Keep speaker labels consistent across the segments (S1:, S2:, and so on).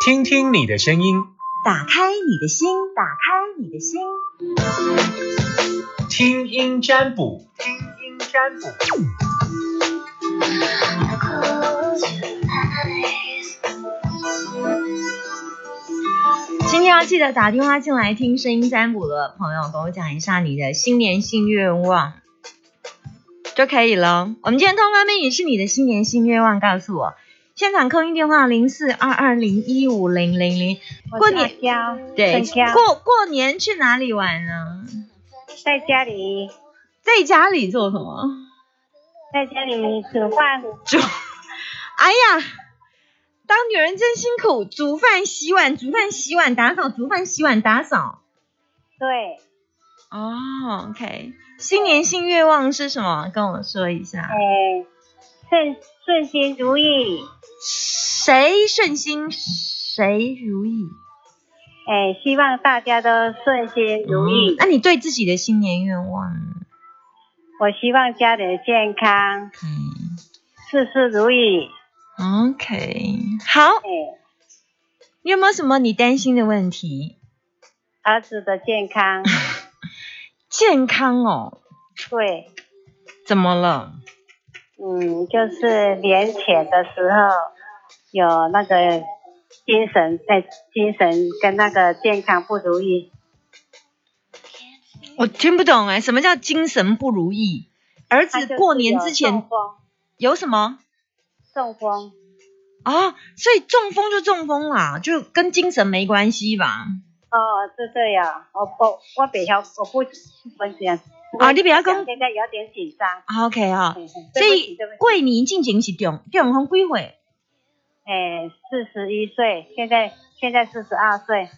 S1: 听听你的声音，
S2: 打开你的心，打开你的心，
S1: 听音占卜，听音占卜。
S2: 今天要记得打电话进来听声音占卜的朋友，跟我讲一下你的新年新愿望就可以了。我们今天通关密语是你的新年新愿望，告诉我。现场扣音电话零四二二零一五零零零。过年
S3: 家
S2: 对，
S3: 在家
S2: 过过年去哪里玩呢？
S3: 在家里，
S2: 在家里做什么？
S3: 在家里煮饭，
S2: 煮， 哎呀，当女人真辛苦，煮饭、洗碗、煮饭、洗碗、打扫，煮饭、洗碗、打扫。
S3: 对，
S2: 哦，OK，新年新愿望是什么？跟我说一下。
S3: 哎，顺顺心如意，
S2: 谁顺心，谁如意。
S3: 哎，希望大家都顺心如意。
S2: 嗯那、你对自己的新年愿望呢？
S3: 我希望家人健康，事事如意。
S2: 嗯，OK，好，
S3: 哎，
S2: 你有没有什么你担心的问题？
S3: 儿子的健 康，
S2: 健康哦，
S3: 对，
S2: 怎么了？
S3: 嗯，就是年前的时候有那个精神，哎，精神跟那个健康不如意，
S2: 我听不懂哎，什么叫精神不如意？儿
S3: 他就
S2: 子
S3: 是
S2: 过年
S3: 有
S2: 之
S3: 中
S2: 前
S3: 风，
S2: 有什么
S3: 中风，
S2: 哦？所以中风就中风啦，就跟精神没关系吧？
S3: 哦，是这样，我我我比较我不分享。
S2: 啊你不要讲
S3: 讲现在有点紧张。
S2: 啊 OK 啊、
S3: 嗯嗯
S2: 所
S3: 对不起
S2: 以
S3: 对不起
S2: 过年进前是中中风几岁？
S3: 哎，四十一岁，现在现在四十二岁，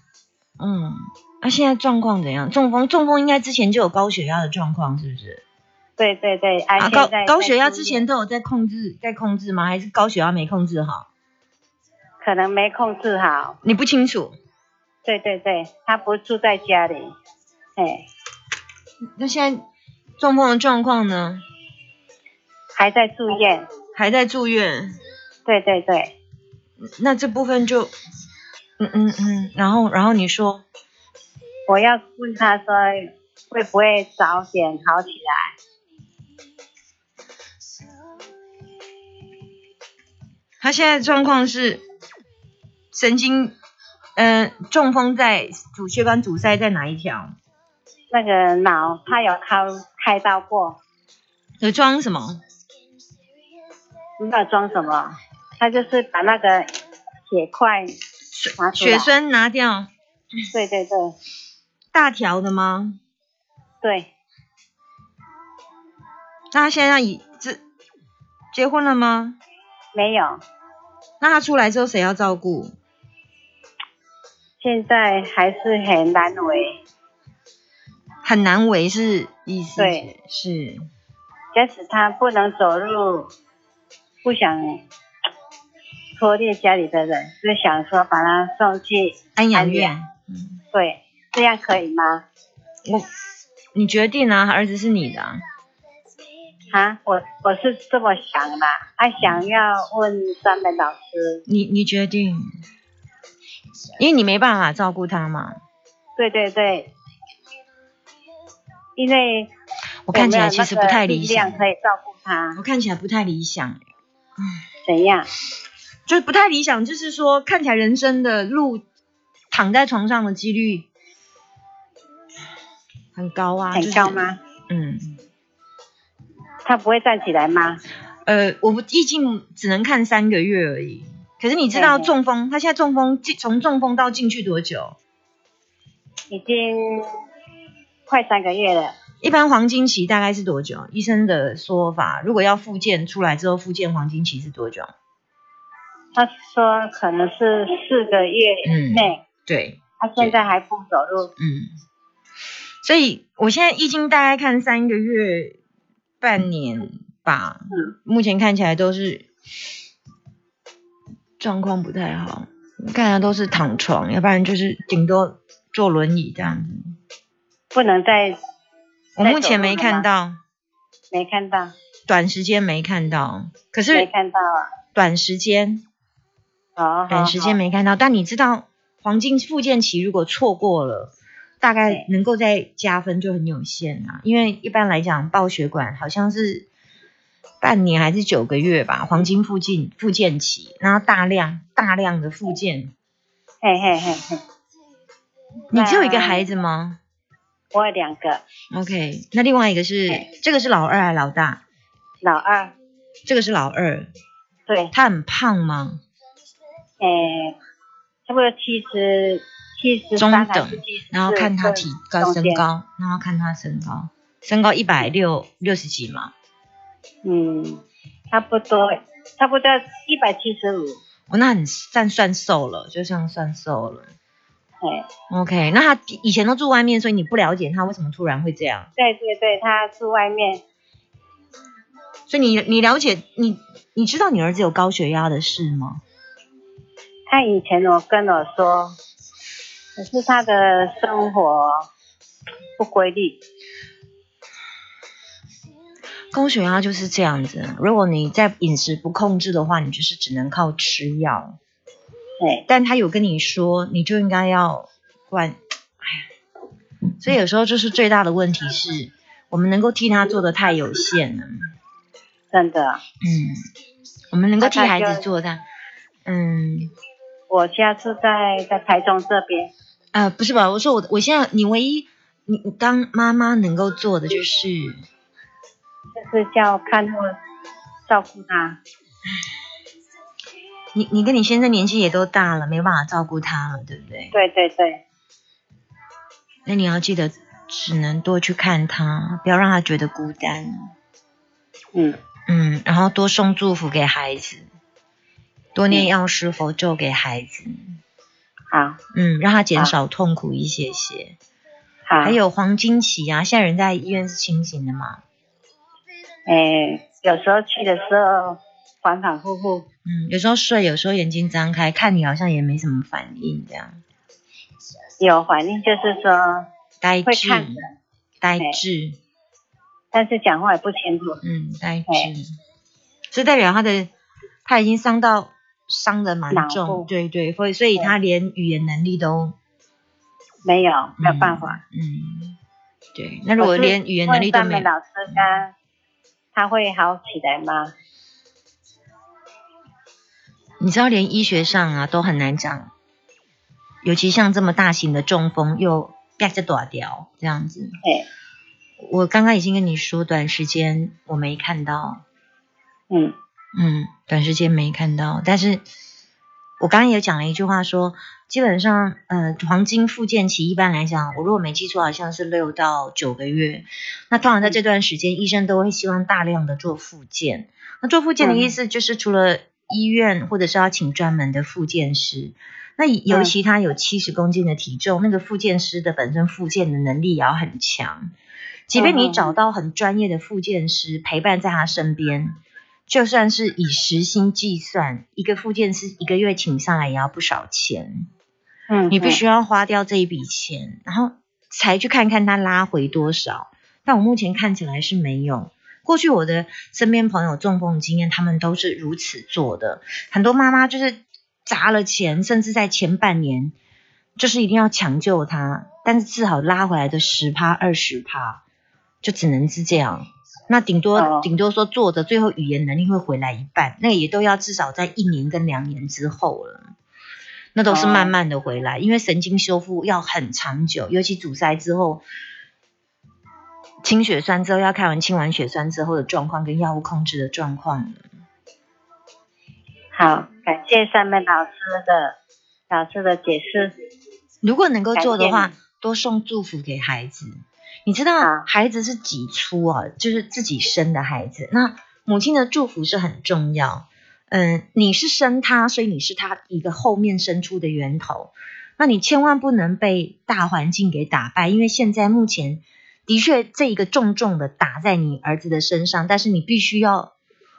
S2: 嗯，啊，现在状况怎样？中风中风应该之前就有高血压的状况是不是？
S3: 对对对，啊，
S2: 啊，
S3: 现
S2: 高
S3: 在
S2: 高
S3: 在
S2: 血压
S3: 住
S2: 之
S3: 院
S2: 前都有在控制在控制吗？还是高血压没控制好？
S3: 可能没控制好，
S2: 你不清楚？
S3: 对对对，他不住在家里，哎，
S2: 那现在中风的状况呢？
S3: 还在住院，
S2: 还在住院？
S3: 对对对，
S2: 那这部分就，嗯嗯嗯，然后然后你说，
S3: 我要问他说会不会早点好起来？
S2: 他现在状况是神经，嗯、中风在主血管阻塞在哪一条？
S3: 那个脑他有开开刀过，
S2: 有装什么？
S3: 没有装什么，他就是把那个血块
S2: 血
S3: 拿出来
S2: 血栓拿掉，
S3: 对对对
S2: 大条的吗？
S3: 对，
S2: 那他现在已这结婚了吗？
S3: 没有，
S2: 那他出来之后谁要照顾？
S3: 现在还是很难为。
S2: 很难为是意思
S3: 对
S2: 是
S3: 即使他不能走路，不想拖累家里的人，就想说把他送去
S2: 安养
S3: 安
S2: 院
S3: 养。
S2: 嗯
S3: 对，这样可以吗？
S2: 我你决定啊，儿子是你的啊、
S3: 啊，我我是这么想的，啊，想要问专门老师。
S2: 你你决定，因为你没办法照顾他嘛。
S3: 对对对，因为
S2: 我看起来
S3: 没
S2: 其
S3: 有
S2: 实
S3: 那
S2: 不
S3: 个
S2: 太理
S3: 力
S2: 想
S3: 量，可以照顾他
S2: 我，看起来不太理想，
S3: 怎样？
S2: 就是不太理想，就是说看起来人生的路，躺在床上的几率很高啊，
S3: 很高吗？
S2: 就是？嗯，
S3: 他不会站起来吗？
S2: 呃，我们毕竟只能看三个月而已。可是你知道
S3: 对
S2: 中风，他现在中风进从中风到进去多久？
S3: 已经快三个月了。
S2: 一般黄金期大概是多久？医生的说法，如果要复健出来之后，复健黄金期是多久？
S3: 他说可能是四个月
S2: 嗯
S3: 内，
S2: 对，
S3: 他现在还不走路，
S2: 嗯，所以我现在易经大概看三个月、半年吧，
S3: 嗯
S2: 目前看起来都是状况不太好，看起来都是躺床，要不然就是顶多坐轮椅这样子。
S3: 不能再
S2: 我
S3: 在
S2: 目
S3: 走
S2: 前
S3: 路
S2: 没
S3: 了
S2: 看
S3: 吗
S2: 到，
S3: 没看到，
S2: 短时间没看到，可
S3: 没
S2: 是
S3: 看到啊。
S2: 短时间
S3: 好，哦好
S2: 短呃时间
S3: 好
S2: 没看到，但你知道黄金复健期如果错过了，大概
S3: 对
S2: 能够再加分就很有限啊。因为一般来讲，爆血管好像是半年还是九个月吧，黄金附近复健期，然后大量大量的复健。
S3: 嘿嘿嘿嘿，
S2: 你只有一个
S3: 那
S2: 孩子吗
S3: 我有两个，
S2: ？OK，那另外一个是
S3: 对
S2: 这个是老二还是老大？
S3: 老二，
S2: 这个是老二，
S3: 对，
S2: 他很胖吗？
S3: 诶、差不多七十七十
S2: 中
S3: 三
S2: 等然后看他体高身，高，然后看他身高，身高一百六六十几嘛。
S3: 嗯，差不多，差不多一百七十五，
S2: 哦，那很算算瘦了，就像算瘦了。
S3: 哎，
S2: OK，那他以前都住外面，所以你不了解他为什么突然会这样，
S3: 对对对，他住外面，
S2: 所以你你了解你你知道你儿子有高血压的事吗？
S3: 他以前我跟我说，可是他的生活不规律，
S2: 高血压就是这样子，如果你在饮食不控制的话，你就是只能靠吃药。
S3: 哎，
S2: 但他有跟你说，你就应该要管，哎，所以有时候就是最大的问题是我们能够替他做的太有限了。
S3: 真的，
S2: 嗯，我们能够替
S3: 那他
S2: 孩子
S3: 就
S2: 做的，嗯，
S3: 我家住在在台中这边，
S2: 啊，不是吧？我说我我现在你唯一你你当妈妈能够做的就是，
S3: 就是叫看护照顾他，
S2: 你你跟你先生年纪也都大了，没办法照顾他了，对不对？
S3: 对对对，
S2: 那你要记得，只能多去看他，不要让他觉得孤单。
S3: 嗯，
S2: 嗯，然后多送祝福给孩子，多念药师佛咒给孩子，
S3: 好，
S2: 嗯，让他减
S3: 好
S2: 少痛苦一些些。
S3: 好，
S2: 还有黄金期啊，现在人在医院是清醒的嘛？
S3: 诶，有时候去的时候反反复复，
S2: 嗯，有时候睡，有时候眼睛张开，看你好像也没什么反应，这样
S3: 有反应就是说，
S2: 呆
S3: 会
S2: 滞
S3: 看的，
S2: 呆
S3: 对
S2: 滞，
S3: 但是讲话也不清楚。
S2: 嗯，呆滞
S3: 对，
S2: 所以代表他的他已经伤到伤的蛮
S3: 脑
S2: 重
S3: 部，
S2: 对对，所以所以
S3: 对
S2: 他连语言能力都
S3: 没有，没有办法。，
S2: 嗯，嗯对。那如果
S3: 我是
S2: 连语言能力都
S3: 问
S2: 没
S3: 三美
S2: 有，
S3: 老师他他会好起来吗？
S2: 你知道连医学上啊都很难讲，尤其像这么大型的中风又啪就断掉这样子，
S3: 对，
S2: 我刚刚已经跟你说，短时间我没看到，
S3: 嗯，
S2: 嗯，短时间没看到，但是我刚刚也讲了一句话说，基本上呃黄金复健期一般来讲，我如果没记错，好像是六到九个月。那通常在这段时间，医生都会希望大量的做复健。那做复健的意思就是除了医院或者是要请专门的复健师。那尤
S3: 嗯
S2: 其他有七十公斤的体重，那个复健师的本身复健的能力也要很强。即便你
S3: 嗯
S2: 找到很专业的复健师陪伴在他身边，就算是以时薪计算，一个复健师一个月请上来也要不少钱，
S3: 嗯，
S2: 你必须要花掉这一笔钱，然后才去看看他拉回多少。但我目前看起来是没有。过去我的身边朋友中风的经验，他们都是如此做的。很多妈妈就是砸了钱，甚至在前半年，就是一定要抢救他，但是至少拉回来的十趴二十趴，就只能是这样。那顶多、
S3: 哦
S2: 顶多说做的最后语言能力会回来一半，那也都要至少在一年跟两年之后了。那都是慢
S3: 哦
S2: 慢的回来，因为神经修复要很长久，尤其阻塞之后，清血栓之后要看完清完血栓之后的状况跟药物控制的状况。
S3: 嗯好，感谢三美老师的老师的解释。
S2: 如果能够做的
S3: 感
S2: 话
S3: 谢，
S2: 多送祝福给孩子。你知道
S3: 好
S2: 孩子是几出啊？就是自己生的孩子，那母亲的祝福是很重要。嗯，你是生他，所以你是他一个后面生出的源头。那你千万不能被大环境给打败，因为现在目前的确这一个重重的打在你儿子的身上，但是你必须要，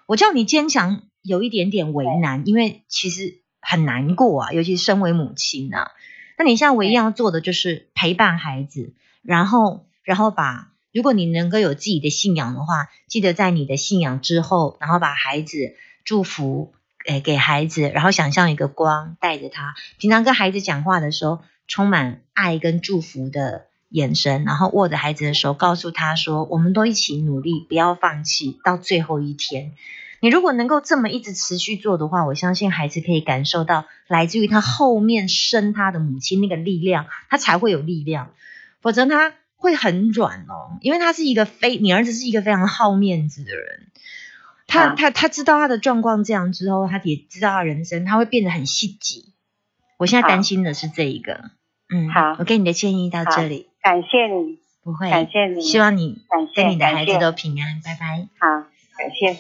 S2: 我叫你坚强，有一点点为难，因为其实很难过啊，尤其身为母亲啊。那你现在唯一
S3: 对
S2: 要做的就是陪伴孩子，然后，然后把，如果你能够有自己的信仰的话，记得在你的信仰之后，然后把孩子祝福诶给孩子，然后想象一个光带着他，平常跟孩子讲话的时候，充满爱跟祝福的眼神，然后握着孩子的手，告诉他说，我们都一起努力，不要放弃，到最后一天。你如果能够这么一直持续做的话，我相信孩子可以感受到来自于他后面生他的母亲那个力量，他才会有力量，否则他会很软哦，因为他是一个非你儿子是一个非常好面子的人，他
S3: 啊
S2: 他他知道他的状况这样之后，他也知道他人生，他会变得很细节。我现在担心的是这一个，嗯，
S3: 好
S2: 我给你的建议到
S3: 好
S2: 这里，
S3: 感谢你，
S2: 不
S3: 感
S2: 会，
S3: 谢你，
S2: 哎希望你
S3: 感谢
S2: 跟你的
S3: 感
S2: 孩子
S3: 谢
S2: 都平安，拜拜。
S3: 好，感谢。